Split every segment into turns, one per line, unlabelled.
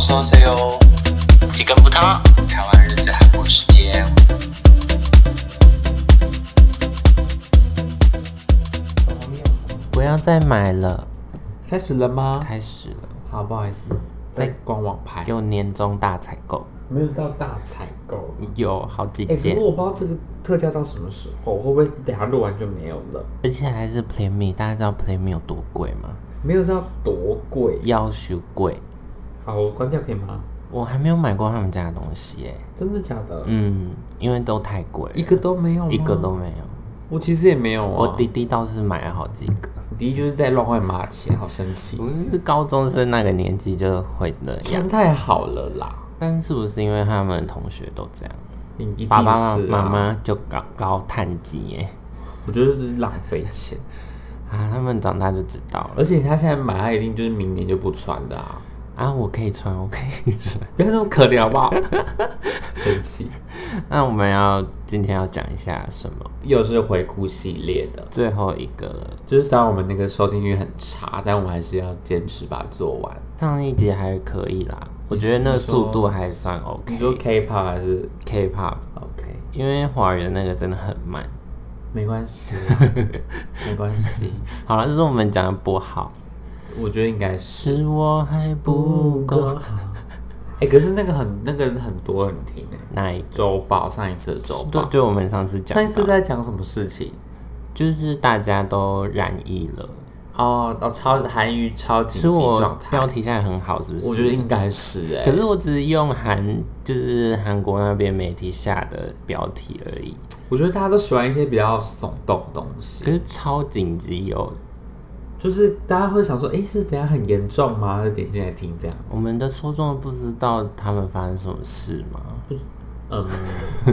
说 C 哦，
几根葡萄。
台湾日子韩国时间。
不要再买了，
开始了吗？
开始了，
好，不好意思，在官网拍
给，我年终大采购，
没有到大采购。
有好几
哎、
件
不，过我不知道这个特价到什么时候，会不会等下录完就没有了？
而且还是 Play Me，大家知道 Play Me 有多贵吗？
没有到多贵。
要求贵，
好，我关掉可以吗？
我还没有买过他们家的东西耶。
真的假的？
嗯，因为都太贵了，
一个都没有吗
一个都。没有。
我其实也没有啊。
我弟弟倒是买了好几个，
我弟就是在乱乱骂钱，好生气。
不是高中生那个年纪就会那样
穿，太好了啦，
但是不是因为他们同学都这样？
你一定
爸爸
是
妈
啊，
妈就高高碳基耶，
我觉得是浪费钱。
啊，他们长大就知道了
而且他现在买，他一定就是明年就不穿了啊！
啊，我可以穿，我可以穿。
不要那么可怜好不好？ 生气。
那我们要今天要讲一下什么？
又是回顾系列的，
最后一个了，
就是虽然我们那个收听率很差，但我们还是要坚持把它做完。
上一集还可以啦，我觉得那个速度还算 OK。
嗯你说 K-pop 还是
K-pop，
OK？
因为华人那个真的很慢。
没关系啊， 没关系。
好了，这是我们讲的不好，
我觉得应该是
是我还不够。
好。哎、可是那个很那个很多人听哎、
那一个？
周报上一次的周
对
报，，
就我们上次讲到，
上一次在讲什么事情？
就是大家都染疫了，
哦哦，超韩语超紧
是
急
我
状态
标，题下得很好，是不是？
我觉得应该是哎、
可是我只是用韩，就是韩国那边媒体下的标题而已。
我觉得大家都喜欢一些比较耸动的东西
可，是超紧急哦，
就是大家会想说，哎、是怎样很严重吗？就点进来听这样。
我们的受众不知道他们发生什么事吗？
嗯，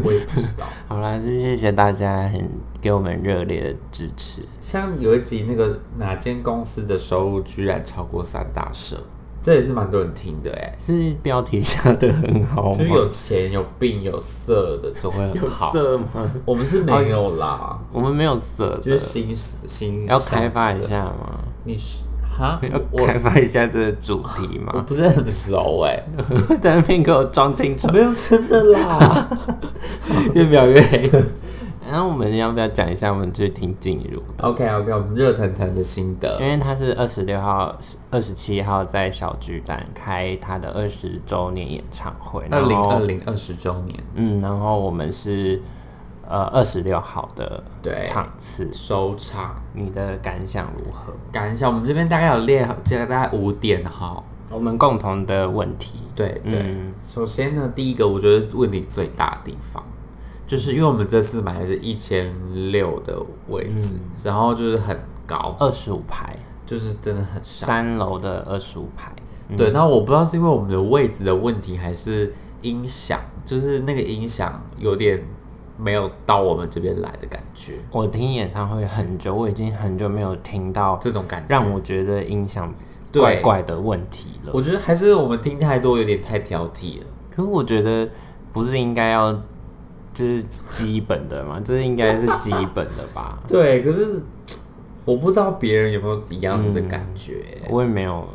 我也不知道。
好啦，真谢谢大家很给我们热烈的支持。
像有一集那个哪间公司的收入居然超过三大社，这也是蛮多人听的哎、
是标题下的很好
就是
吗？
有钱有病有色的就会很好。哦
色吗？
我们是没有啦，
我们没有色
就
的，
是新新
要开发一
上色。
下吗？
你是哈？
要
我
开发一下这个主题
我
吗？
不是很熟哎、
在那边给我装清楚。
没有真的 啦， 越描 越黑。
然后我们要不要讲一下我们最近进入？
OK OK，我们热腾腾的心
因
得，
为他是二十六号、二十七号在小巨蛋开他的二十周年演唱会，
二
然
零
后
二零二十周年
嗯，然后我们是呃二十六号的
对
场次，
收场
你的感想如何？
感想，我们这边大概有列好，这个大概五点哈。
我们共同的问题，
对对，
嗯
首先呢，第一个我觉得问题最大的地方，就是因为我们这次买的是一千六的位置，
嗯
然后就是很高，
二十五排，
就是啊真的很少。
三楼的二十五排，
对，那我不知道是因为我们的位置的问题，还是音响，就是那个音响有点没有到我们这边来的感觉，
我听演唱会很久，我已经很久没有听到
这种感觉。
让我觉得音响
对
怪怪的问题了。
我觉得还是我们听太多，有点太挑剔了。？
可是我觉得不是应该要就是基本的嘛，这应该是基本的吧
对，可是我不知道别人有没有一样
嗯
的感觉，
我也没有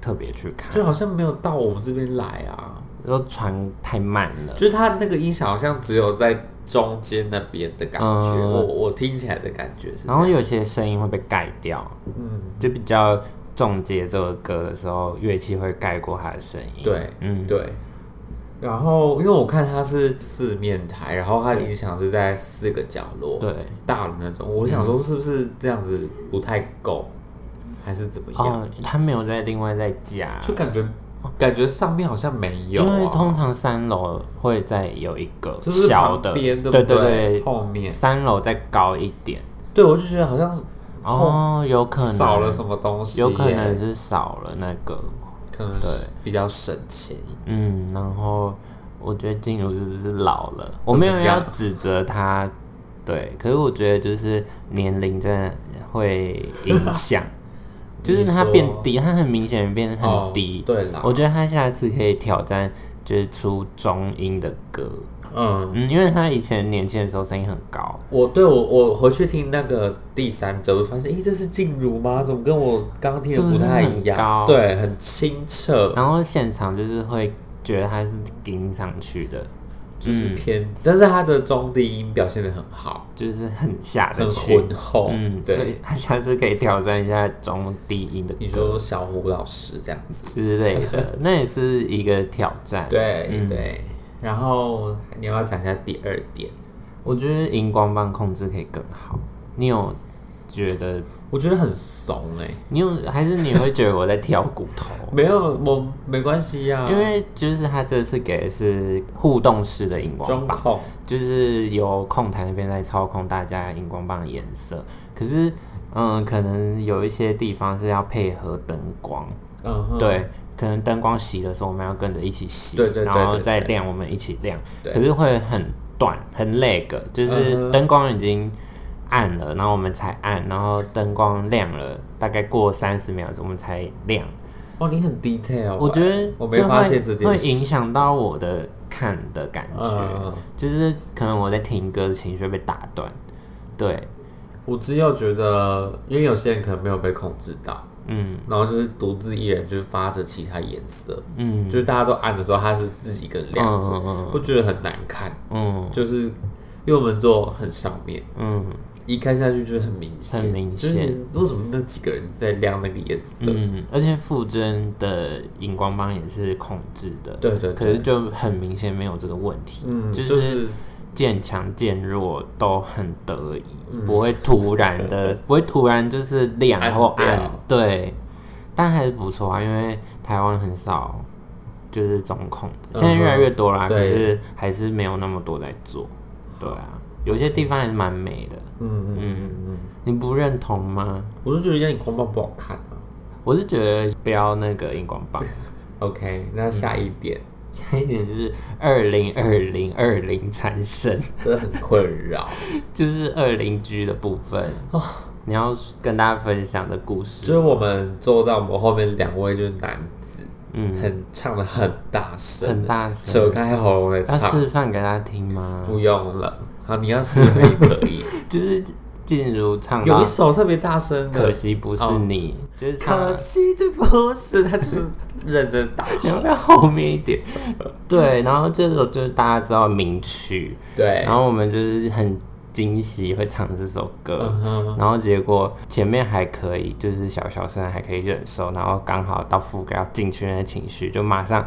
特别去看，
就好像没有到我们这边来啊。
说传太慢了，
就是他那个音响好像只有在中间那边的感觉，
嗯
我我听起来的感觉是这
然后
样。
有些声音会被盖掉，
嗯，
就比较重节奏的歌的时候，乐器会盖过它的声音。
对，
嗯，
对。然后因为我看它是四面台，然后它的音响是在四个角落，
对，嗯
大的那种。我想说是不是这样子不太够，还是怎么样？
哦，他没有在另外再加，
就感觉感觉上面好像没有、
因为
啊，
通常三楼会再有一个
就是
小的，
旁边
对
对不
对，
后面。
三楼再高一点。
对，我就觉得好像是
哦，有可能
少了什么东西耶，
有可能是少了那个，
可能是比较省钱一点。
嗯，然后我觉得静茹是不是老了？我
怎
没
么
有要
样
指责她，对，可是我觉得就是年龄真的会影 响，就是她变低，她很明显变得很低
哦、。对啦，
我觉得她下次可以挑战，就是出中音的歌，
嗯，
嗯，因为他以前年轻的时候声音很高，
我对我我回去听那个第三者，我发现，咦，这是静茹吗？怎么跟我刚刚听的
是不是
太
很
一样？
高嗯
对，很清澈，
然后现场就是会觉得他是顶上去的，
就是偏，但是他的中低音表现的很好，
就是很下得
很
去。
浑厚。
嗯，所
哦对
以，他下次可以挑战一下中低音的
你
歌
说小胡老师这样子，
之类 的，那也是一个挑战。，
对、
嗯
对。然后你要不要讲一下第二点？
我觉得荧光棒控制可以更好。你有觉得？
我觉得很怂哎、
你有还是你会觉得我在挑骨 头？
没有，我没关系呀、
因为就是他这次给的是互动式的荧光
中
棒，
控
就是由控台那边在操控大家荧光棒的颜色。可是，嗯，可能有一些地方是要配合灯光，
嗯哼，
对，可能灯光熄的时候，我们要跟着一起熄，
对对对
然后
对
再
对
亮，我们一起亮，
对
可是会很短，很 lag，就
嗯哼
是灯光已经暗了，然后我们才暗，然后灯光亮了，大概过三十秒我们才亮。
哦，你很 detail，
我觉
哎
得
我没
这
发
会
现这件
会
事
影响到我的看的感觉，
嗯
就是可能我在听歌的情绪会被打断，对，
我只有觉得，因为有些人可能没有被控制到，
嗯
然后就是独自一人，就是发着其他颜色，
嗯
就是大家都暗的时候，他是自己一个人亮着，
嗯嗯嗯
我觉得很难看。
嗯
就是因为我们坐很上面，
嗯
一看下去就是很明显，
很明
就是你为什么那几个人在亮那个颜色？
嗯，而且傅真的荧光棒也是控制的，
对对对
可是就很明显没有这个问题，
嗯，
就
就是
渐强渐弱都很得意，
嗯
不会突然 的，不会突然就是亮
暗
或
掉
暗，对，但还是不错啊，因为台湾很少就是中控的，现在越来越多啦，
嗯哼
可
对
是还是没有那么多在做，对啊，有些地方还是蛮美的，
嗯嗯嗯嗯，
你不认同吗？
我是觉得让你光棒不好看啊。
我是觉得不要那个荧光棒。
OK，那下一点，
下一点就是二零二零二零产生，
真的很困扰，
就是二零 G 的部分哦。你要跟大家分享的故
就是
事，
我们坐在我们后面两位就是男子，
嗯，
很唱的很大声，
很大声
扯开喉咙的
要
唱，
示范给大家听吗？
不用了。好，你要示范也可 以。
就是静茹唱
有
到
一首特别大声的，
可惜不是你，就是唱到
可惜的不是，他就是认真打。
你要不要后面一点？ 对，然后这首就是大家知道的名曲，
对
然，后我们就是很惊喜会唱这首歌
嗯，哼
然后结果前面还可以，就是小小声还可以忍受，然后刚好到副歌要进去那个情绪，就马上。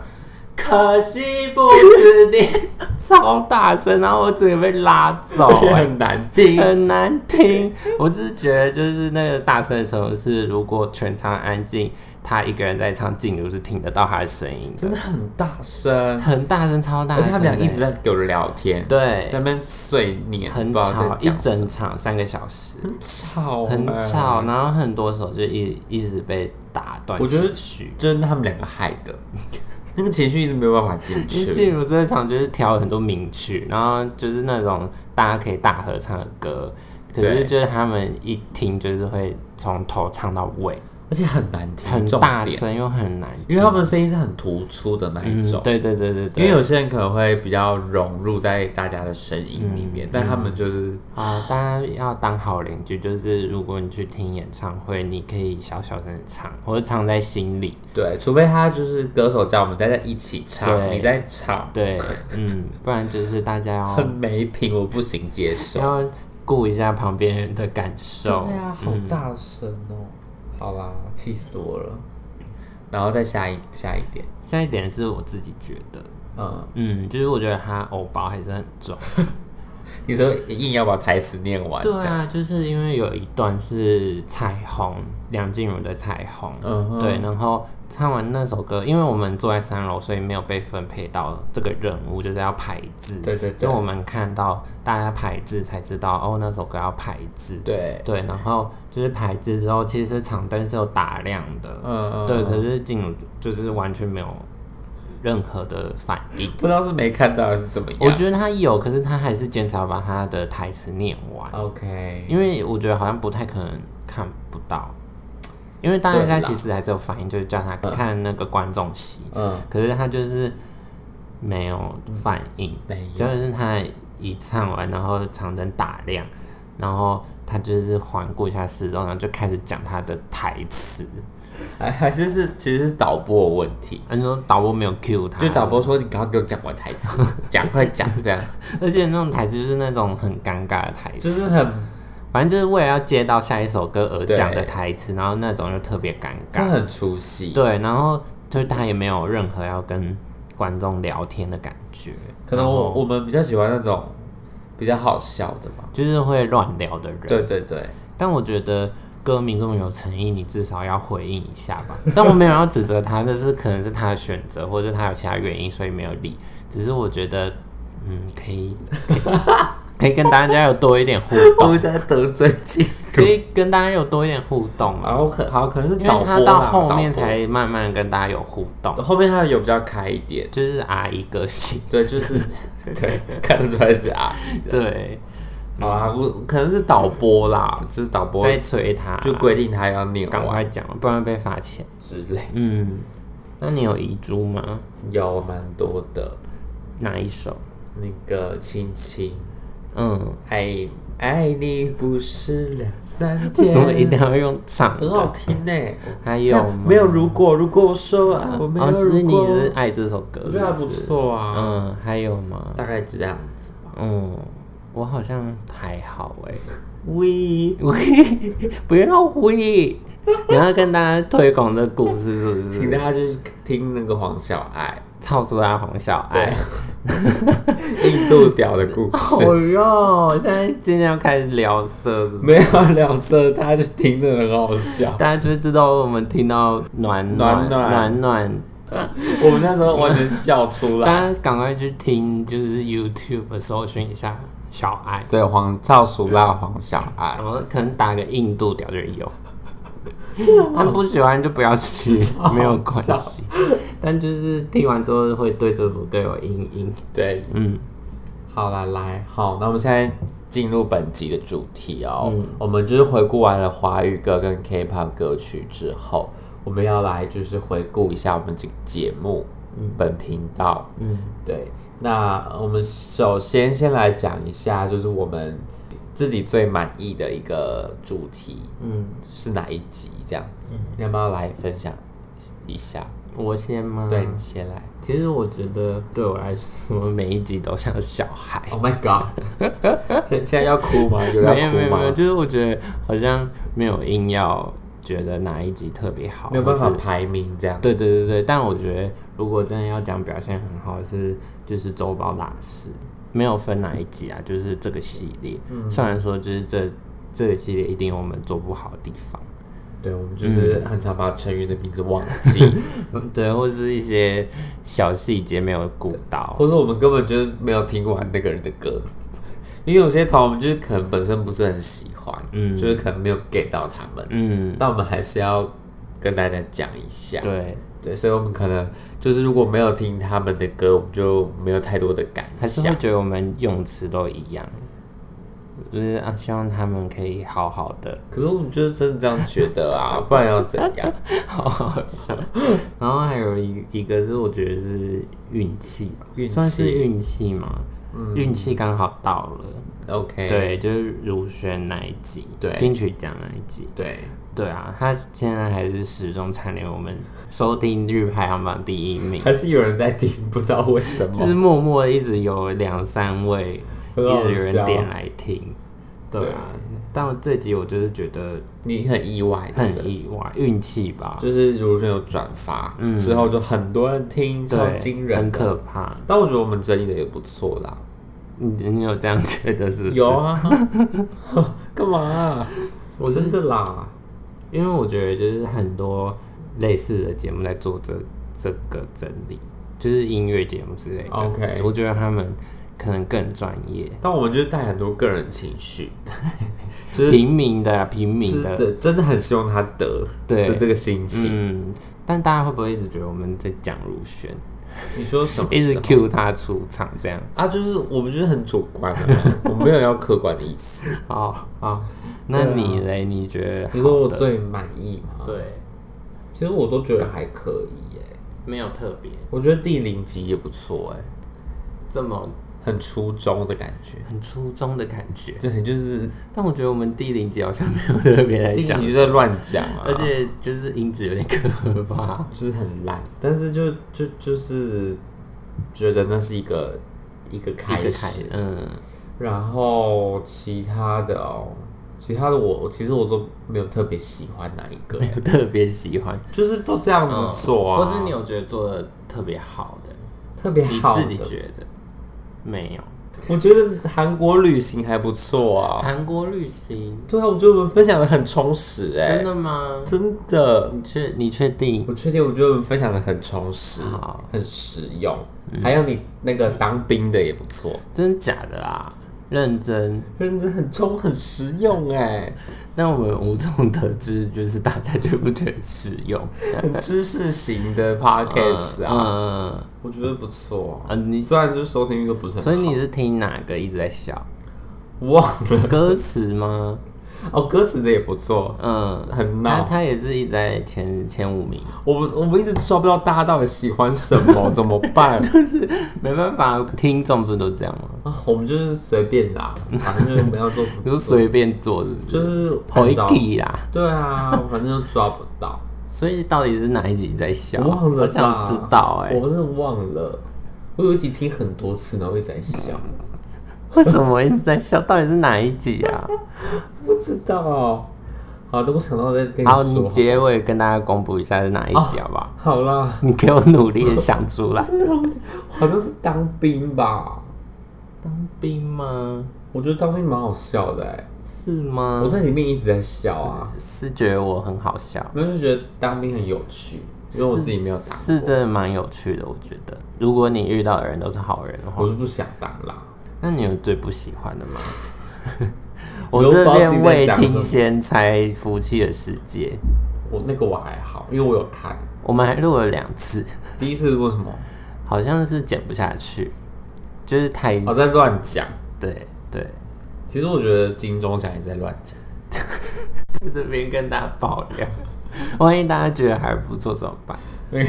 可惜不是你， 超大声，然后我整个被拉 走、
而且
哎
很难听。
很难听。我只是觉得，就是那个大声的程度是，如果全场安静，他一个人在唱，静茹是听得到他的声音
真
的，
的很大声，
很大声，超大
而
声
且
的。
他们俩一直在有人聊天，，
对
在那，边碎念，
很
不知道
吵
在，
一
讲什
整
么，
场三个小时，
很吵，
很吵，
哎。
然后很多首就一一直被打断。
我觉得
许。
就是他们两个害的， 那个情绪一直没有办法进
因为静
去。
茹这场就是挑了很多名曲，然后就是那种大家可以大合唱的歌，可
对
是就是他们一听就是会从头唱到尾，
而且很难听，
很
嗯重
大
点，
声又很难听，
因为他们的声音是很突出的那一
嗯
种。，
对对对对对，
因为有些人可能会比较融入在大家的声音里面，但他们就是
啊，大家要当好邻居，就是如果你去听演唱会，你可以小小声地唱，或者唱在心里。
对，除非他就是歌手叫我们大家一起唱，
对
你在唱，
对，嗯，不然就是大家
很
要
没品，我不行接受。
要顾一下旁边人的感受。
对啊，好大声哦、好啦，气死我了。然后再下一下一点，
下一点是我自己觉得，
嗯，
嗯，就是我觉得他偶包还是很 重。
你说硬要把台词念完，这
对
样，
啊，就是因为有一段是彩虹，梁静茹的彩虹，
嗯哼
对，然后唱完那首歌，因为我们坐在三楼，所以没有被分配到这个任务，就是要排字。
对对对
所以我们看到大家排字才知道，哦，那首歌要排字。
对，
对，然后就是排字之后，其实场灯是有打亮的，
嗯嗯，
对，
嗯
可是静茹就是完全没有任何的反应。
不知道是没看到还是怎么样。
我觉得他有，可是他还是坚持要把他的台词念完。
OK，
因为我觉得好像不太可能看不到，因为大家
对啦
其实还是有反应，就是叫他看那个观众席，
嗯，
可是他就是没有反应，
没有
真的是他一唱完，然后长灯打亮，然后他就是环顾一下四周，然后就开始讲他的台词。
还还是是其实是导播的问题，
他就说导播没有 cue 他，
就导播说你赶快给我讲完 台词，讲快讲这样，
而且那种台词就是那种很尴尬的台词，
就是很
反正就是为了要接到下一首歌而
对
讲的台词，然后那种就特别尴
他
尬。
很出戏。
对，然后就是他也没有任何要跟观众聊天的感觉，
可能
然
我
后
我们比较喜欢那种比较好笑的吧。
就是会乱聊的人。
对对对，
但我觉得歌迷这么有诚意，你至少要回应一下吧。但我没有要指责他， 那是可能是他的选择，或者是他有其他原因，所以没有理。只是我觉得，嗯，可以， 可以可以跟大家有多一点互
我
动
们，在得罪进，
可以跟大家有多一点互动
然
啊。
后可好可能是
因为
导播
他
啦
到后面
导播啊
才慢慢跟大家有互动，
后面他有比较开一点，
就是阿姨个性。
对，就是 对，看得出来是啊阿姨的。
对，
好啦，我可能是导播啦，就是导播
被催他
就规定他要念
赶
完
快讲，不然被罚钱。
之类，
嗯，那你有遗珠吗？
有蛮多的。
哪一首？
那个亲亲，
嗯，
爱爱你不是两三
为
天，
什么一定要用唱
很好
的？
听呢、
还有
看
吗
没有？如果如果我说啊，我没有
哦，所
如
以你
果，
是爱这首歌，
我觉得还不
是是。
错啊。
嗯，还有吗？
大概这样子。
嗯，我好像还好哎、
We
喂， 不要喂！你要跟大家推广这故事是不
请
是？
大家就是听那个黄小爱，
超出他黄小爱
对，，印度屌的故
好
事，
哟！现在今天要开始聊色，是不是
没有两色，大家就听着很好笑。
大家就知道我们听到暖暖
暖
暖
暖
暖，
我们那时候完全笑出 来。
大家赶快去听，就是 YouTube 搜寻一下小爱，
对，黄超熟辣黄小爱
然，后可能打个印度屌就有。他不喜欢就不要去，没有关系。但就是听完之后会对这首歌有阴影。
对，
嗯，
好啦，来，好，那我们现在进入本集的主题哦。
嗯
我们就是回顾完了华语歌跟 K-pop 歌曲之后，我们要来就是回顾一下我们这个节目，本频道，
嗯，
对。那我们首先先来讲一下，就是我们自己最满意的一个主题
嗯，
是哪一集？这样子，你要不要来分享一下？
我先吗？
对，你先来。
其实我觉得对我来说，每一集都像小孩。
Oh my god！现在要哭吗？有要
没有没
哭
有没有，
吗？
就是我觉得好像没有硬要觉得哪一集特别好，
没有办法
或是。
排名这样。
对对对对，但我觉得如果真的要讲表现很好的是，就是周报大师，没有分哪一集
嗯
啊，就是这个系列。虽然说就是这这个系列一定有我们做不好的地方，
对，我们就是很常把成员的名字忘 记，
嗯对，或是一些小细节没有顾到。
或者我们根本就是没有听完那个人的歌，因为有些团我们就是可能本身不是很喜欢，
嗯
就是可能没有 get 到他们，
嗯，
但我们还是要跟大家讲一下，
对，
对，所以我们可能就是如果没有听他们的歌，我们就没有太多的感
还是
想
会，觉得我们用词都一样，就是啊，希望他们可以好好的。
可是我们就是真的这样觉得 啊，不然要怎样？
好好笑。 然后还有一一个是我觉得是运气吧，
运气
算是运气嘛，
嗯
运气刚好到了。
OK，
对，就是如轩那一集，
对
金曲奖那一集，
对，
对啊，他现在还是始终蝉联我们收听率排行榜第一名，
还是有人在听，不知道为什
就
么
是。默默一直有两三位，
很好
一直有人
笑
点来听，对啊。但我这集我就是觉得
你很意外，对不对
很意外，运气吧，
就是如轩有转发，
啊嗯
之后就很多人听，超
对，
惊
很
人的。
可怕。
但我觉得我们整理的也不错啦。
你你有这样觉得是不是？
有，啊， 干嘛、啊？我真的啦，
因为我觉得就是很多类似的节目在做这这个整理，就是音乐节目之类的。
OK
我觉得他们可能更专业，
但我们就是带很多个人情绪， 就是
平民的啊平
就
民
是
的，
对真的很希望他得
对
的这个心情。
嗯。但大家会不会一直觉得我们在讲如轩，
你说什么
一
时
直
候？
cue 他出场这样？
啊，就是我们就是很主 观啊，我没有要客观的意思。
哦哦，那
对啊
你嘞？你觉得好的？
你说我最满意吗？，
对，
其实我都觉得还可以耶、
没有特别
我觉得第零集也不错哎、
这么
很初中的感觉。
很初中的感觉。
对，就是
但我觉得我们第零集好像没有特别来
第
讲
零，集在乱讲啊，
而且就是音质有点可怕。
就是很烂，但是就就就是觉得那是一个一个开
一
始，
个开，嗯，
然后其他的哦，其他的我其实我都没有特别喜欢哪一个
没，有特别喜欢。
就是都这样
嗯
子做啊，
或是你有觉得做的特别好的，
特别
你
好
自己
的，
觉得没有？
我觉得韩国旅行还不错啊，
韩国旅行
对啊，我觉得我们分享的很充实哎、
真的吗？
真的，
你确你确定？
我确定，我觉得我们分享的很充实
好，
很实用，还有你那个当兵的也不错，
真假的啦？认真？
认真很充很实用哎、
但我们无从得知，就是大家觉不觉得实 用？
很知识型的 podcast 啊，
嗯，
我觉得不错啊。
啊你
虽然就是收听率都不是很好，
所以你是听哪个一直在笑？
忘了
歌词吗？
哦，歌词的也不错，
嗯，
很
那
闹。
他也是一直在前前五名，
我们我们一直抓不到大家到底喜欢什 么，怎么办
没办法，听众不是都这样吗？
啊？我们就是随便啦，反正就是我们要做什么，
你说随便做是不是？
就是
回
按照
忆啦。
对啊，反正就抓不到。
所以到底是哪一集在笑？
我忘了
我想
吧
知道哎、
我真的忘了。我有一集听很多次，然后一直在笑，
为什么一直在笑？到底是哪一集 啊？
不知道。好的，我想到再跟你
好，
说。
你结尾跟大家公布一下是哪一集好不好？
好啦，
你给我努力的想出来。
好像是当兵吧？
当兵吗？
我觉得当兵蛮好笑的哎、
是吗？
我在里面一直在笑啊，
是觉得我很好笑，
没有就觉得当兵很有趣，因为我自己没有当
是真的蛮有趣的。我觉得，如果你遇到的人都是好人的话
我，就不想当啦。
那你有最不喜欢的吗？
我
我
都不知
这
道自己在
边未
讲什么
听先猜夫妻的世界，
我那个我还好，因为我有看
我们还录了两次，
第一次为什么？
好像是剪不下去，就是太
我哦在乱讲。
对对，
其实我觉得金钟奖也在乱讲。
在这边跟大家爆料， 万一大家觉得还不错怎么办？
那个，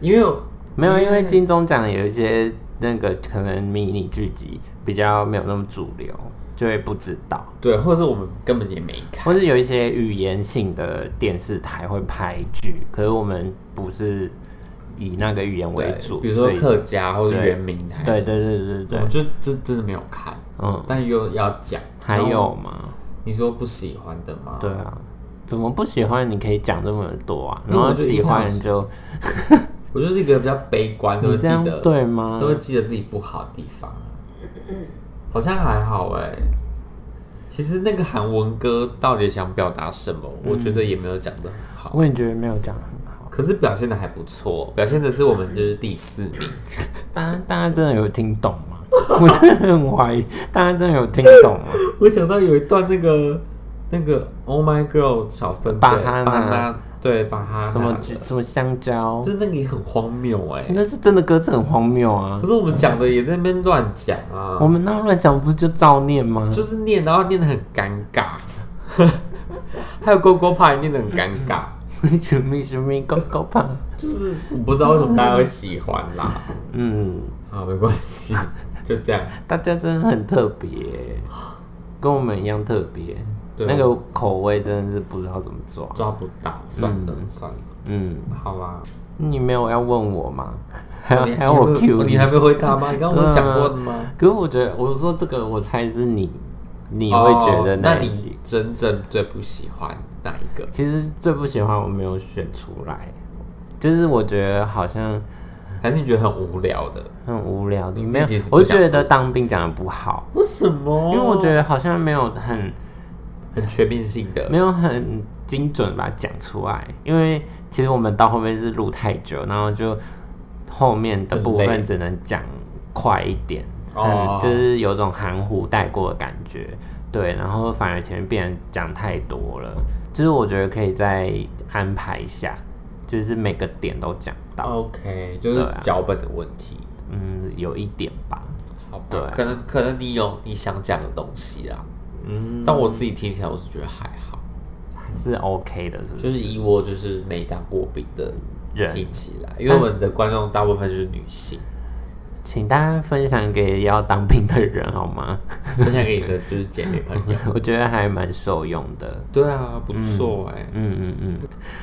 因为我
没有，因
嗯
为金钟奖有一些那个可能迷你剧集比较没有那么主流，就会不知道，
对，或者是我们根本也没看。
或是有一些语言性的电视台会拍剧，可是我们不是以那个语言为
对
主，
比如说
所以
客家或者
对
原名台，
对对对对对
我
对，
就真真的没有看，
嗯，
但又要讲。
还
然后
有吗？
你说不喜欢的吗？
对，啊，怎么不喜欢你可以讲这么多啊，
哦因为
然后
我就一
喜
直想
欢就
我就是一个比较悲观，都会
你
记
这样
得，
对吗
都？会记得自己不好的地方。啊好像还好哎、其实那个韩文歌到底想表达什么，我觉得
嗯
也没有讲的很好，
我也觉得没有讲得很好，
可是表现的还不错，表现的是我们就是第四名。
大家大家真的有听懂吗？ 我真的很怀疑，大家真的有听懂吗？
我想到有一段那个那个 Oh My Girl 小分队
巴哈纳
巴哈对巴哈
什么嗯
纳
橘
的
什么香蕉
就，是那个也很荒谬哎、
那是真的歌词很荒谬啊
可！是我们讲的也在那边乱讲
我
啊，
们那乱讲不是就照念吗？
就是念，然后念的很尴尬。 还有勾勾怕也念的很尴尬，
是咪是咪高高胖，
就是我不知道为什么大家会喜欢 啦。
嗯，
啊，没关系，就这样。
大家真的很特别，跟我们一样特别，
对啊
那个口味真的是不知道怎么抓。
抓不到，算了、算了，
嗯，
好啦。哦
你没有要问我 吗？还有
你
还有我
你还没
Q
你还没回答吗？你刚刚不是
对啊
讲过的吗？
可是我觉得，我说这个，我猜是你，你
你
会觉得
哦那
哪一
你
集？
真正最不喜欢哪一个？
其实最不喜欢我没有选出来，就是我觉得好像
还是你觉得很无聊的？
很无聊的，
你
没有
自己是，不
我
想
觉得当兵讲的不好，
为什么
因为我觉得好像没有很
很全面性的，
没有很精准把它讲出来，因为其实我们到后面是录太久，然后就后面的部
很累
分只能讲快一点，
哦
很就是有种含糊带过的感觉，对，然后反而前面变成讲太多了，就是我觉得可以再安排一下，就是每个点都讲
哦
到，
OK，就是
对啊
脚本的问题。
嗯，有一点吧，
好吧，
对
可能可能你有你想讲的东西啦，
嗯，
但我自己听起来我是觉得还好，
是 OK 的，是不？
就是是以我就是没当过兵的
人，
听起来，因为我们的观众大部分是女 性，
请大家分享给要当兵的人好吗？
分享给你的就是姐妹朋友。
我觉得还蛮受用的。
对啊，不错哎、
嗯嗯嗯，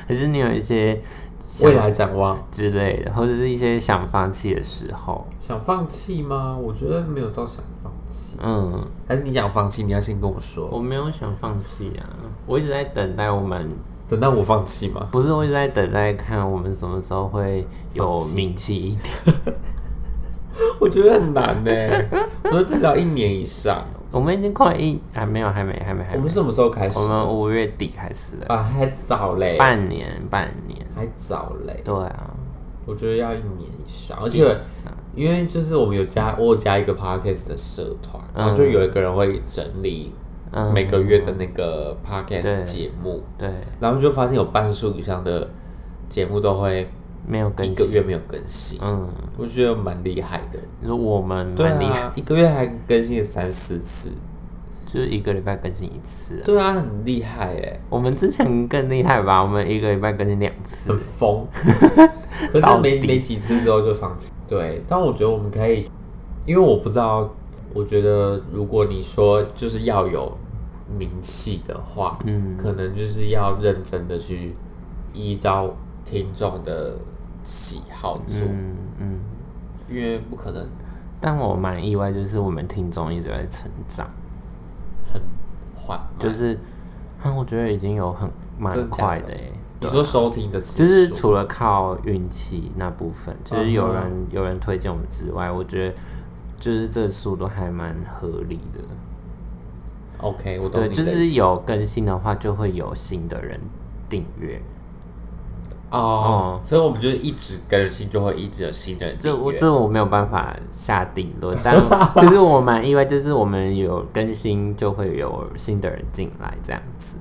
可是你有一些想
未来展望，
之类的，或者是一些想放弃的时候，
想放弃吗？我觉得没有到想放弃，
嗯，
还是你想放弃，你要先跟我
我
说，
没有想放弃啊，我一直在等待我们，
等到我放弃吗？
不是我一直在等待看我们什么时候会有
放弃
名气一 点。
我觉得很难呢、我说至少一年以上。
我们已经快一还没有，还没，还没，还
我
没
们，什么时候开始
我？们五月底开始的，
啊，还早嘞，
半年，半年，
还早嘞。
对啊，
我觉得要一年以上，而且因为就是我们有加，我有加一个 podcast 的社团，然后就有一个人会整理
嗯
每个月的那个
对
podcast 节目，
对，
然后就发现有半数以上的节目都会
没有更
一个
新，
月没有更新，
嗯，
我觉得蛮厉害的。
你说我们
对
蛮厉害，
啊，一个月还更新了三四次，
就是一个礼拜更新一次啊。
对啊，很厉害哎，
我们之前更厉害吧？我们一个礼拜更新两次
很， 疯。可
到
是没
底
没几次之后就放弃。对，但我觉得我们可以，因为我不知道，我觉得如果你说就是要有名气的话，
嗯
可能就是要认真的去依照听众的喜好做，
嗯嗯。
因为不可能
但我蛮意外，就是我们听众一直在成长，
很缓慢。
就是啊，我觉得已经有很蛮
真的假
快
的
的欸对
你说收听的次数，
就是除了靠运气那部分，就是有
嗯哼
人、有人推荐我们之外，我觉得就是这速度还蛮合理的。
OK，我懂
对，
你
就
的意思。
是有更新的话，就会有新的人订阅。
哦
哦，
所以我们就一直更新，就会一直有新的人订
这我
阅
这我没有办法下定论，但就是我蛮意外，就是我们有更新就会有新的人进来这样子，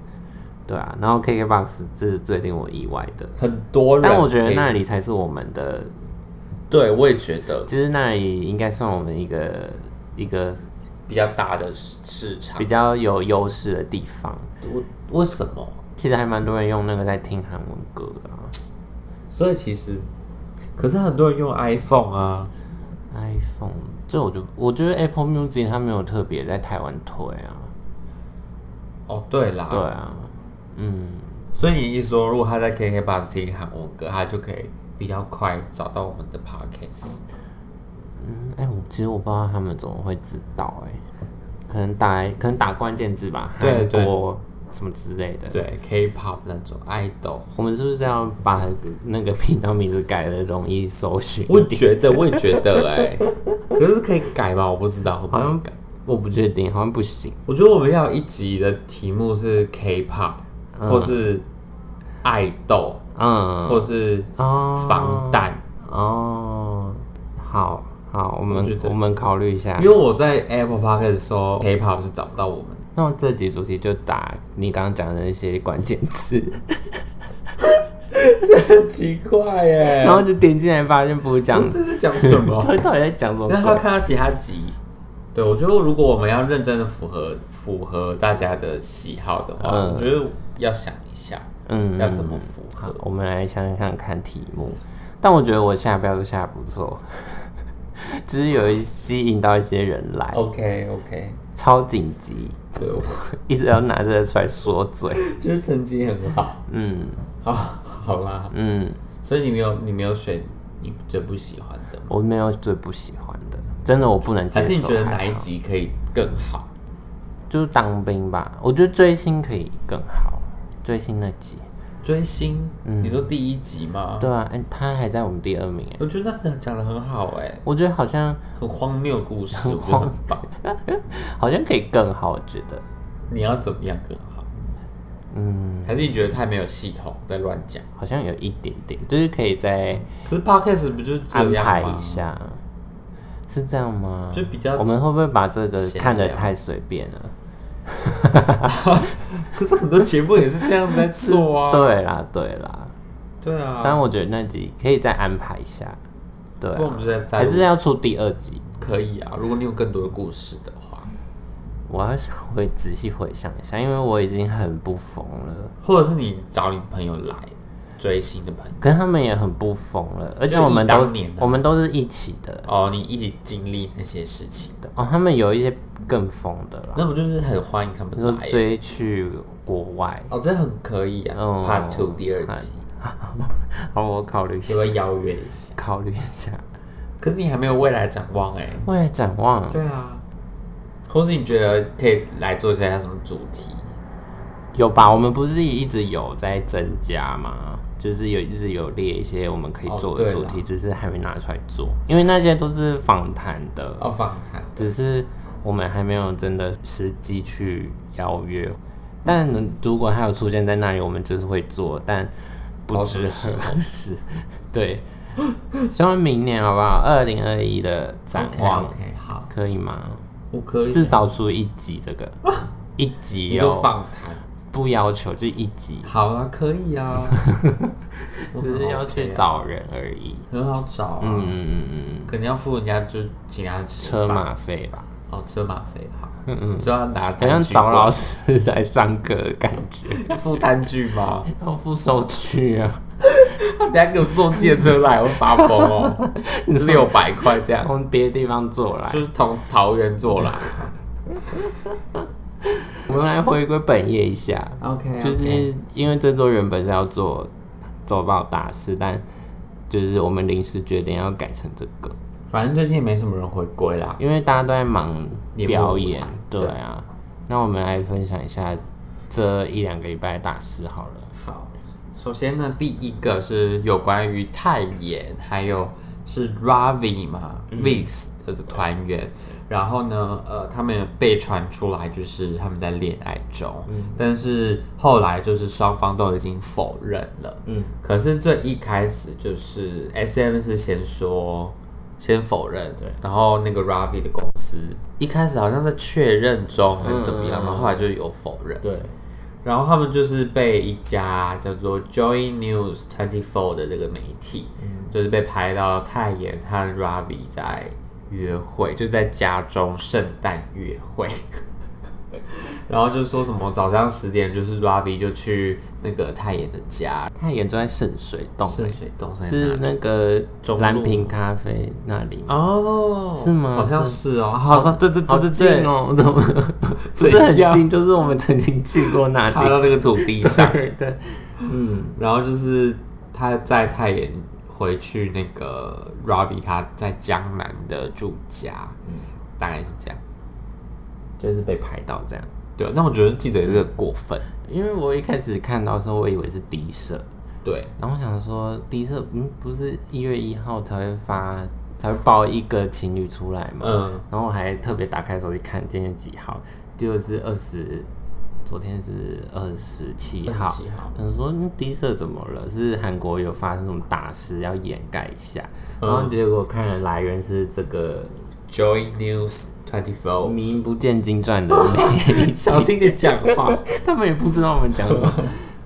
对啊。然后 KKBOX 这是最令我意外的，
很多人可以，
但我觉得那里才是我们的，
对我也觉得
就是那里应该算我们一个一个
比较大的市市场
比。较有优势的地方。
我为什么？
其实还蛮多人用那个在听韩文歌的、啊、
所以其实，可是很多人用 iPhone 啊，
，iPhone 这我就我觉得 Apple Music 它没有特别在台湾推啊，
哦对啦，
对，啊，嗯。
所以你一说，如果他在 KK Bus 听韩文歌，他就可以比较快找到我们的 Podcast。
嗯，哎、我其实我不知道他们怎么会知道、哎，可能打可能打关键字吧，
对
韩
对
国什么之类的。，
对 K-pop 那种 idol，
我们是不是要把那个频道名字改的容易搜寻？
我也觉得，我也觉得哎、可是可以改吧？我不知道，我不
好
能
像
改。
我不确定，好像不行。
我觉得我们要有一集的题目是 K-pop，、
嗯
或是爱豆，
嗯，
或是
哦，
防弹。
哦，好好，我
我觉
们
得
我们考虑一下
因为。我在 Apple Podcast 说 K-pop 是找不到我们，
那我这集主题就打你刚刚讲的那些关键词，
很奇怪耶
然后就点进来发现不是讲
哎我，这是讲什 么？
他到底在讲什么鬼？
那他看到其他集。对，我觉得如果我们要认真的符合符合大家的喜好的话，
嗯
我觉得要想一下
嗯，
要怎么符合。
我们来想想看题目，但我觉得我下标都下得不错， 只是有一吸引到一些人来，
OK OK，
超紧急，
对，我
一直要拿这个出来说嘴。
就是成绩很好。
嗯
好，好啦，
嗯，
所以你没有你没有选你最不喜欢的吗？
我没有最不喜欢的，真的我不能接
还
受。
是你觉得哪
还
一
好？
集可以更好？
就是当兵吧，我觉得追星可以更好，追星那集。
追星，
嗯
你说第一集吗？
对啊，哎、他还在我们第二名哎，
我觉得那是讲的很好哎、
我觉得好像
很荒谬的 故事，我觉得
荒
很棒。
好像可以更好，我觉得。
你要怎么样更好？
嗯，
还是你觉得太没有系统，在乱讲？
好像有一点点，就是可以在
可是 podcast 不就是这
安排
样
一
吗？
下，是这样吗？
就比较
我们会不会把这个
闲
看得
聊
太随便了？
可是很多节目也是这样在做啊。
对啦，对啦。
对
当然，
啊，
我觉得那集可以再安排一下。对啊、
不过我们就在在
还是要出第二集。
可以啊。如果你有更多的故事的话，
我要稍微仔细回想一下，因为我已经很不疯了。
或者是你找你朋友来，追星的朋友。
可是他们也很不疯了，而且我们
就
都
以当年啊
我们都是一起的
哦，你一起经历那些事情，
哦，他们有一些更疯的啦，
那不就是很欢迎他
比
们
如说
来？啊
追去国外，
哦，这很可以啊、
嗯
p a r t Two 第二集，
好，我考虑一下
要不要邀约一下？
考虑一下，
可是你还没有未来展望哎、
未来展望
对啊，或是你觉得可以来做一下什么主题？
有吧？我们不是一直有在增加吗？就是有一直有列一些我们可以
哦
做的
对
主
啦
题，只是还没拿出来做，因为那些都是访谈的
哦，访谈
只是我们还没有真的实际去邀约。但如果它有出现在那里，我们就是会做，但不知何时。 对，希望明年好不好？二零二一的展望
OK，, 好，
可以吗？
我可以
至少出一集这个，一
你
集
就
哦，
访谈，
不要求就一集，
好啊，可以啊， 我很
只是要去
OK 啊，
找人而已。
很好找啊，
嗯嗯嗯嗯，
可能要付人家就请他吃
车
饭
马费吧，
哦，车马费好，
嗯嗯，
就要拿
好
单
像
据
找老
过
师来上课的感觉，
来付单据 吗？
要付收据啊。
等下给我坐借车来，我发疯哦，是 六百块这样，
从别的地方做来
就。是从桃园坐来
我们来回归本业一下，
，OK，
就是因为这周原本是要做周报大事，但就是我们临时决定要改成这个，
反正最近也没什么人回归啦，
因为大家都在忙
也不
表演
舞台，
对啊。那我们来分享一下这一两个礼拜的大事好了。
好，首先呢，第一个是有关于泰妍，还有是 Ravi 嘛、v
嗯
i x 的团员。然后呢，呃，他们被传出来就是他们在恋爱中，
嗯
但是后来就是双方都已经否认了。
嗯，
可是最一开始就是 S M 是先说先否认，
对
然后那个 Ravi 的公司一开始好像在确认中还是怎么样，
嗯嗯嗯
然后后来就有否认。
对，
然后他们就是被一家叫做 Joy News Twenty Four 的这个媒体，就是被拍到泰妍和 Ravi 在约会，就在家中圣诞约会。然后就说什么早上十点，就是 Ravi 就去那个泰妍的家，
他演就在圣水洞、
圣水洞在
是
哪里？
那个
中路
蓝瓶咖啡那里吗？
哦，
是吗
好像是哦，好像对对对
好
对
近
对，
哦，怎么 不是很近？就是我们曾经去过那里
踏，到这个土地上，
对对，嗯，
然后就是他在太原回去那个 Robbie 他在江南的住家，大概是这样。
就是被拍到这样。
对，那我觉得记者也是很过分。
因为我一开始看到的时候，我以为是低社，
对，
然后我想说低社，嗯，不是一月一号才会发，才会爆一个情侣出来嘛。
嗯，
然后我还特别打开手机看今天几号，结果是二十，昨天是二十七号。
27号
他说嗯低社怎么了？是韩国有发生什么大事要掩盖一下？然后
嗯
结果看了来源是这个
，Joy News Twenty Four，
名不见经传的媒 体
小心点讲话。
他们也不知道我们讲什 么，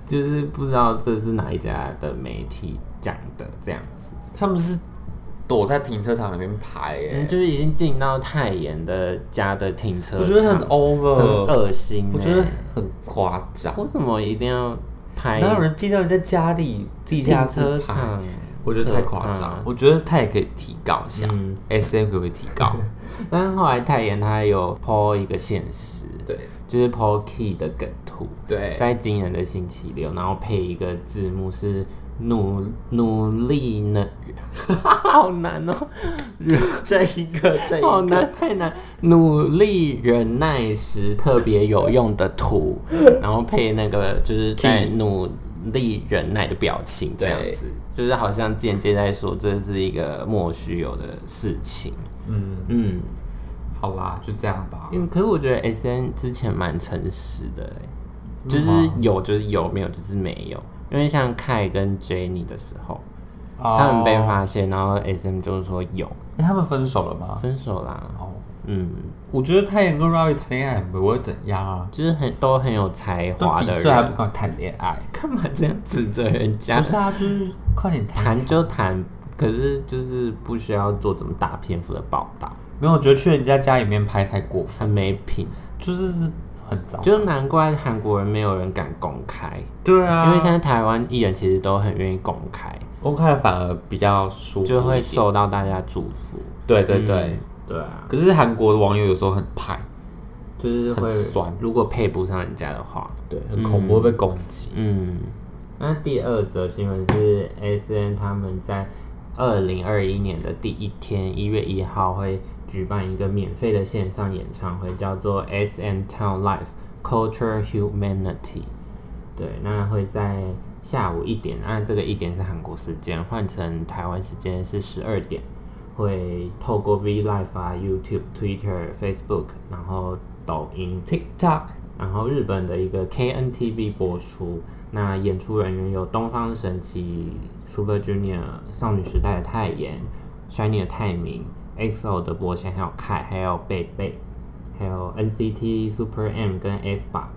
就是不知道这是哪一家的媒体讲的这样子。
他们是躲在停车场里面拍、耶
嗯，就是已经进到泰妍的家的停车场，
嗯我觉得很
很
over，
恶心、欸。
我觉得很夸张。
为什么一定要拍
哪有人进到人家家里地下
停
车
车
场？
场？
我觉得太夸张
嗯。
我觉得他也可以提高一下
嗯
，S M 可不可以提 高？
但是后来泰妍她有 po 一个现实，
对
就是 po key 的梗图，
对，
在惊人的星期六，然后配一个字幕是努努力呢， 好难哦、
这一个，这一
好
个，
难，太难！努力忍耐时特别有用的 图，然后配那个就是在
Key
努力忍耐的表情，这
对
样子，就是好像间接在说这是一个莫须有的事情。
嗯，
嗯，
好啦，就这样吧。
因为可是我觉得 S N 之前蛮诚实的、欸，就
真
是
的吗
有就是有，没有就是没有。因为像凯跟 Jenny 的时候，他
他
们被，发现，然后 S M 就是说有
哦诶他们分手了吗？
分手啦。
哦，
嗯。
我觉得泰妍跟 Ravi 谈恋爱也不会怎样啊，
就是很都很有才
都
华
几
的
岁啊还不
人，
敢谈恋爱？
干嘛这样指责人家
不？是啊，就是快点谈。
谈就谈，可是就是不需要做这么大篇幅的报道，
没有，我觉得去人家家里面拍太过
很
分，
没品。
就是很糟。
就难怪韩国人没有人敢公开，
对啊，
因为现在台湾艺人其实都很愿意公开，
公开了反而比较舒服一点，
就会受到大家祝福。
对对对。
嗯对啊，
可是韩国的网友有时候很派，
就是会
很酸
如果配不上人家的话，
对，很恐怖会被攻击。
嗯，那第二则新闻是 S N 他们在二零二一年的第一天，一月一号会举办一个免费的线上演唱会，叫做 S N Town Life Culture Humanity。对，那会在下午一点，那这个一点是韩国时间，换成台湾时间是十二点。会透过 V Live 啊、YouTube、Twitter、Facebook，然后抖音、
TikTok
然后日本的一个 KNTV 播出，那演出人员有东方神起、Super Junior、少女时代的泰妍、Shiny 的泰明、XO 的博贤，还有凯，还有贝贝，还有 NCT、Super M 跟 S 吧。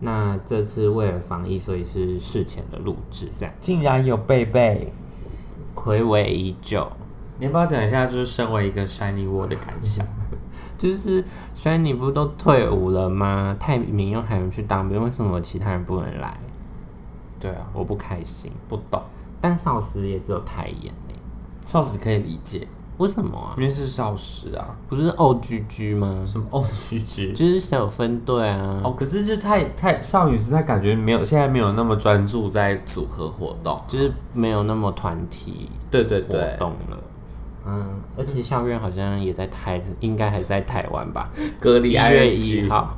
那这次为了防疫，所以是事前的录制，这样
竟然有贝贝，
暌违已久。
你要不要讲一下，就是身为一个 Shiny World 的感想？
嗯就是 Shiny 不都退伍了吗？泰明又还没去当兵，为什么其他人不能来？
对啊，
我不开心。
不懂，
但少时也只有泰妍呢、
少时可以理解，
为什么啊？
因为是少时啊，
不是 O G G 吗？
什么 O G G
就是小分队啊。
哦，可是就太太少女时代感觉没有，现在没有那么专注在组合活动。
就是没有那么团体
对对
活
对，
动了。嗯，而且校园好像也在台，应该还是在台湾吧？
隔 离
一
爱
月
人
一
区，
号，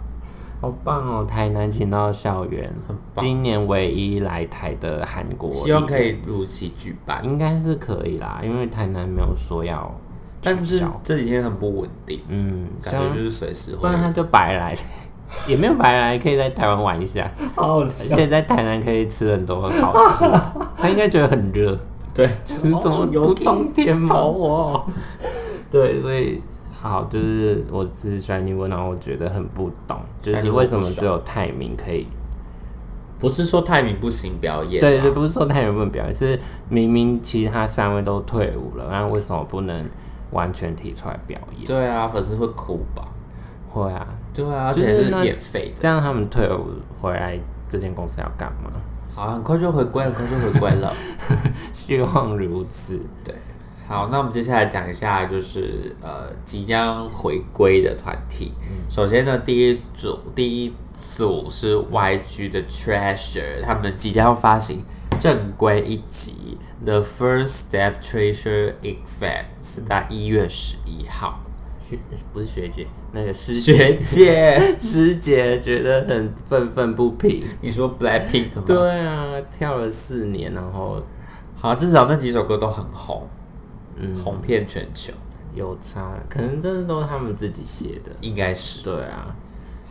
好棒哦！台南请到校园，今年唯一来台的韩国，
希望可，以如期举办，
应该是可以啦，因为台南没有说要
但
取
是
消，
这几天很不稳定，
嗯，
感觉就是随时
不
会
然他就白来，也没有白来，可以在台湾玩一下。
好
而且在台南可以吃很多很好吃的，他应该觉得很
哦
热，
对，
就是怎么不冬天嘛。
我，
对，所以好，就是我是 Shiny One，然后我觉得很不懂，就是为什么只有泰明可以？
不是说泰明不行表演，啊
对对，，不是说泰明不能表演，是明明其他三位都退伍了，那为什么不能完全提出来表演？
对啊，粉丝会哭吧？
会啊，
对啊，而
就是
且是
那
免费的，
这样他们退伍回来，这间公司要干嘛？
好，很快就回归，很快就回归 了。
希望如此。
对，好，那我们接下来讲一下，就是呃即将回归的团体。
嗯
首先呢，第一组第一组是 YG 的 Treasure，他们即将发行正规一集《The First Step Treasure e f e c t 是在一月十一号。
学不是学姐，那个师姐
学姐，
师姐觉得很愤愤不平。
你说 Blackpink 吗？，
对啊，跳了四年，然后
好，至少那几首歌都很红，
嗯，
红遍全球，
有差，可能真的都是他们自己写的。
应该是。
对啊，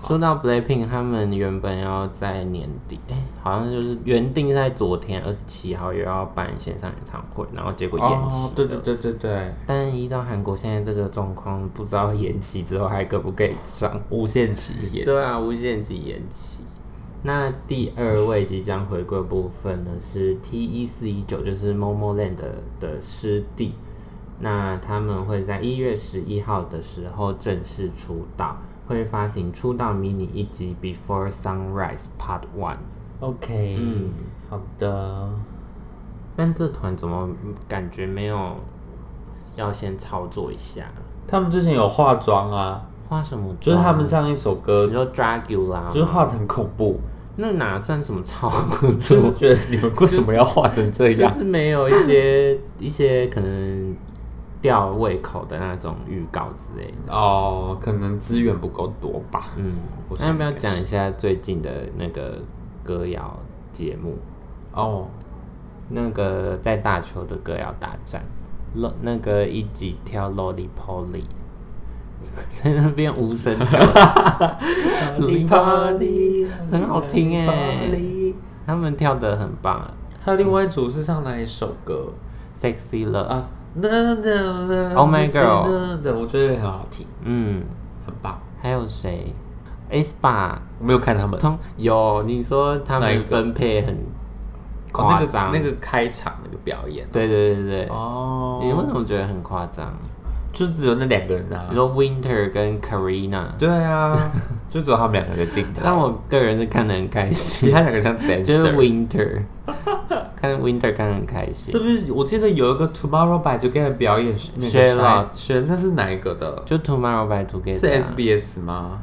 说到 BLACKPINK，他们原本要在年底，哎、好像就是原定在昨天二十七号又要办线上演唱会，然后结果延期、
哦，对对。对对对，
但依照韩国现在这个状况，不知道延期之后还可不可以上。
无限期也
对啊，无限期延期。那第二位即将回归的部分呢，是 T 一四一九，就是 Momo Land 的的师弟。那他们会在一月十一号的时候正式出道，会发行出道迷你一集《Before Sunrise Part One》。
OK，
嗯
好的。
但这团怎么感觉没有要先操作一下？
他们之前有化妆啊，
画什么妆？
就是他们上一首歌
你，说 Dragula，
就是画的很恐怖，
那哪算什么操
就
作？
是觉得你们为什么要画成这
就
样？
是没有一些 一些可能吊胃口的那种预告之类的。
哦，可能资源不够多吧。
嗯
我，
那要不要
想应该
讲一下最近的那个歌谣节目？
哦，
那个在大邱的歌谣大战，lo- 那个一起跳 Lolly Polly，在那边无声跳， 很好听哎、他们跳的很棒啊
还有另外一组是唱哪一首歌
，Sexy Love，
啊？那那那
Oh my
对，我觉得很好听，
嗯，
很棒。
还有谁？Aespa。
我没有看他们，
通有你说他
哪一
们
个
分配很
哦那
夸
个
张、
那个开场那个表演
对对对对，
哦
你为什么觉得很夸张？
就只有那两个人啊
你。说 Winter 跟 Karina，
对啊，就只有他们两个的镜头。
但我个人是看得很开
其
心，
他两个像 dancer，
就是 Winter，看 Winter 看得很开
是
心。
不是？我记得有一个 Tomorrow by Together 表演是那个
Sherlock
轩，那是哪一个的？
就 Tomorrow by Together
是
啊
SBS 吗？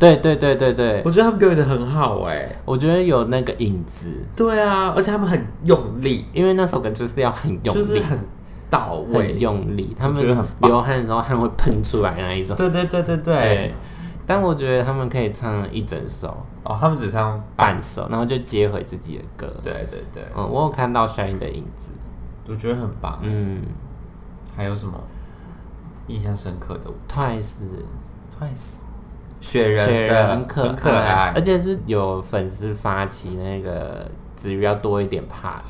对对对对对
我，觉得他们表演的很好哎、
我觉得有那个影子，
对啊，而且他们很用力，
因为那首歌就是要很用力，
就是很到位。
很用力，他们
觉得很棒
流汗的时候汗会喷出来那一种。
对对对对对。
对， 但我觉得他们可以唱一整首、
哦，他们只唱半。
半首，然后就接回自己的歌。，
对对对，
嗯，我有看到 Shine 的影子，
我觉得很棒。
嗯
还有什么印象深刻的
，Twice
？Twice，雪人的
雪人很可
很可爱，
而且是有粉丝发起那个子瑜要多一点怕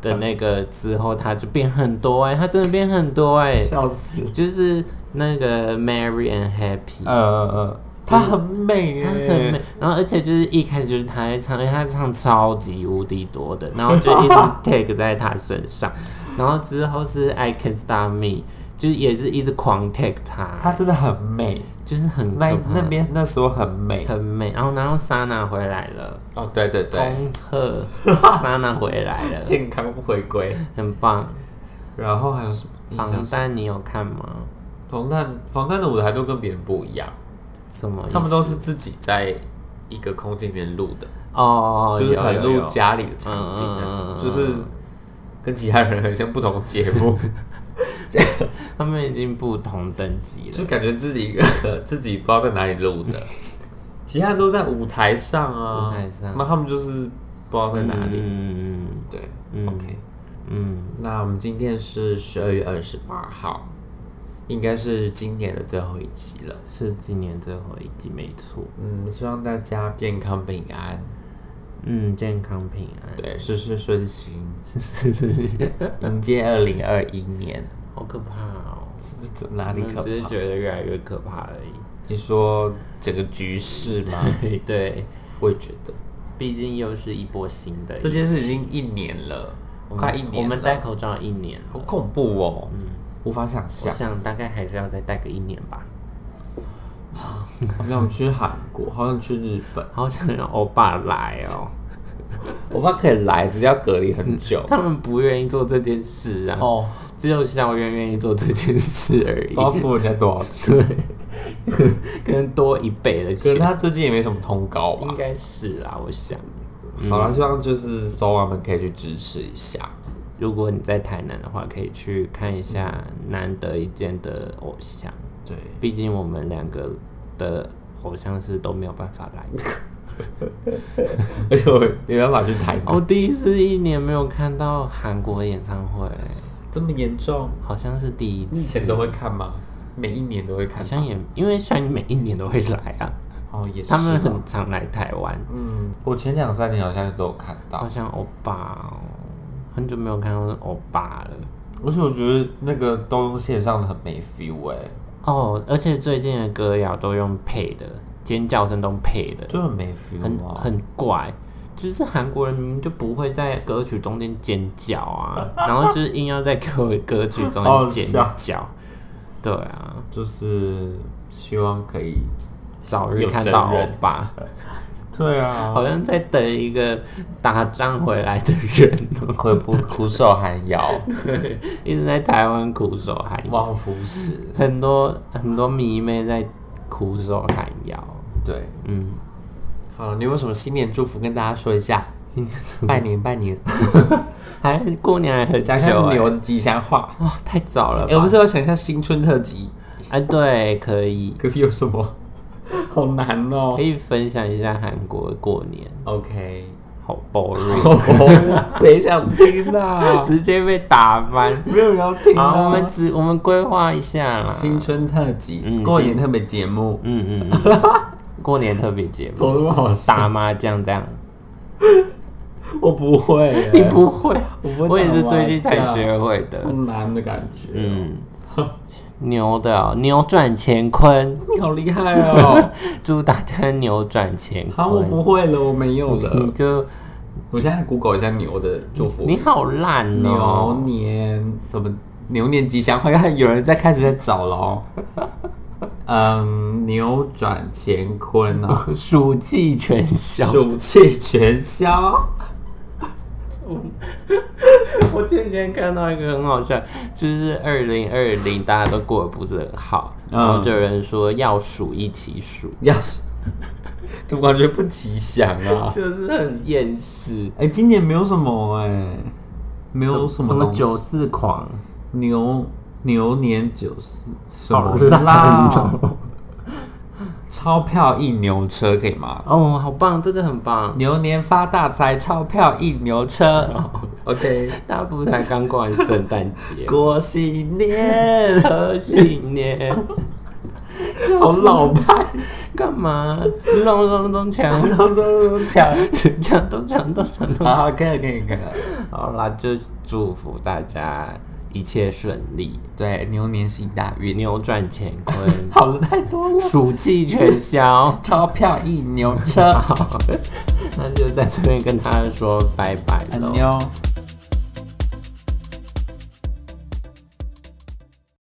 的那个之后，他就变很多哎、他真的变很多哎、
笑死。
就是那个 Mary and Happy，、
呃呃，她很美耶，
她很美，然后而且就是一开始就是她在唱，因为她唱超级无敌多的，然后就 一直 take 在她身上，然后之后是 I Can Stop Me，就是也是一直狂 take 她，
她真的很美。
就是很
那
可怕
那边那时候很美。
很美，然后然后 Sana 回来了，
哦，对对对，
恭 贺 Sana 回来了，
健康回归。
很棒。
然后还有什么印
防
象？
弹你有看吗？
防弹防弹的舞台都跟别人不一样，
什么意思？
他们都是自己在一个空间里面录的，
哦，
就是
有
可能
有有
录家里的场景
嗯
那
嗯嗯
种，
嗯
就是跟其他人很像不同节 目，
他们已经不同等级
就
了。
感觉自己一个 自己不知道在哪里 录的，其他人都在舞台上啊，
舞台上
那他们就是不知道在哪里。
嗯嗯
对、
嗯
o k
嗯
那我们今天是十二月二十八号，应该是今年的最后一集了。
是今年最后一季，没错。
嗯，希望大家健康平安，
嗯，健康平安，
对，事事顺心，迎接二零二一年，
好可怕哦！
这这哪
我
里
们
可
只是
怕？
嗯觉得越来越可怕而已。
你说整个局势吗？
对 对，
我也觉得
毕竟又是一波新的疫情，
这件事已经一年了，
我们
快一年了，
我们戴口罩一年
好
了，
恐怖哦，无法想
我
象。
想大概还是要再戴个一年吧。
好想去韩国，好想去日本，
好想让欧巴来哦，。
我爸可以来，只是要隔离很久
他们不愿意做这件事啊，
哦，
只有校园愿意做这件事而
不
已
知。道付人家多少钱。
对，可能多一倍的
可
钱
能，他最近也没什么通告
应
吧。
该是啦，我想。
好了，希望就是收完们可以去支持一下。
如果你在台南的话，可以去看一下难得一见的偶像。
对，
毕竟我们两个的偶像是都没有办法来 的。
而且我没办法去台南，
我第一次一年没有看到韩国演唱会，
这么严重？
好像是第一
你以
次。
前都会看吗？每一年都会看
好
吗？
像也因为虽然每一年都会来啊，
哦，也是
他
哦。
们很常来台湾。
嗯，我前两三年好像都有看
好
到，
像欧巴、哦，很久没有看到欧巴了。
而且我觉得那个都用线上的很没 feel 哎、
哦，而且最近的歌谣都用配的，尖叫声都配的，
就很没 feel
很
啊。
很怪。就是韩国人明明就不会在歌曲中间尖叫 啊，然后就是硬要在歌歌曲中
好好
间尖
笑
叫。对啊，
就是希望可以
早日
有
看
真
到欧
人嗯
巴，
对啊，
好像在等一个打仗回来的人哦、
会不苦守寒窑，
一直在台湾苦守海洋，
望夫石。
很多很多迷妹在苦守海洋。
对，
嗯，
好了，你有没有什么新年祝福跟大家说一下？拜年拜年，
还过年还很久、
讲一下
欸，
牛的吉祥话。
哇、太早了吧？
哎、我们是要想一下新春特辑，
哎，对，可以
可是有什么？ 好难哦
可以分享一下韩国的过年，
OK，
好 boring，
哦，谁想听啊？
直接被打翻。
没有人要听
好，
啊！
我们只我们规划一下啦。
新春特辑、
嗯
过年特别节目，
嗯嗯嗯， 过年特别节
怎么
目，
那么好笑？
打麻将这样，
我不会欸、
你不会，
我不会
我也是最近
打
才
麻将啊
学会的。
好难的感觉。嗯，
嗯，牛的哦、扭转乾坤，
你好厉害哦！
祝大家扭转乾
好，我
坤。
不会了，我没有
你
了。
就
我现在 Google 一下牛的祝福
哎你好烂
牛
哦、
年怎么牛年吉祥话？看有人在开始在找了哦。嗯，扭转乾坤哦，
暑气全消。
暑气全消。
我前几天看到一个很好笑，就是二零二零大家都过得不是很好，
嗯
然后就有人说要数一起数，
要是，怎么感觉不吉祥啊？
就是很厌世。
哎、今年没有什么哎、没有什么
什么
东西
九四狂，
牛牛年九四什么
烂
啦？
哦！
钞票一牛车可以吗？
哦，好棒，这个很棒。
牛年发大财，钞票一牛车。OK，
大部才刚过完圣诞 节，
过新年，
贺新年，
好老派，
干嘛？咚咚咚锵，
咚咚锵。
锵咚锵咚锵咚。
好，可以可以可以。
好啦，就祝福大家一切顺利，
对，牛年行大运，
扭转乾坤
，好的太多了，
暑气全消。
钞票一 牛车，
那就在这边跟大家说拜拜
很
喽。
牛。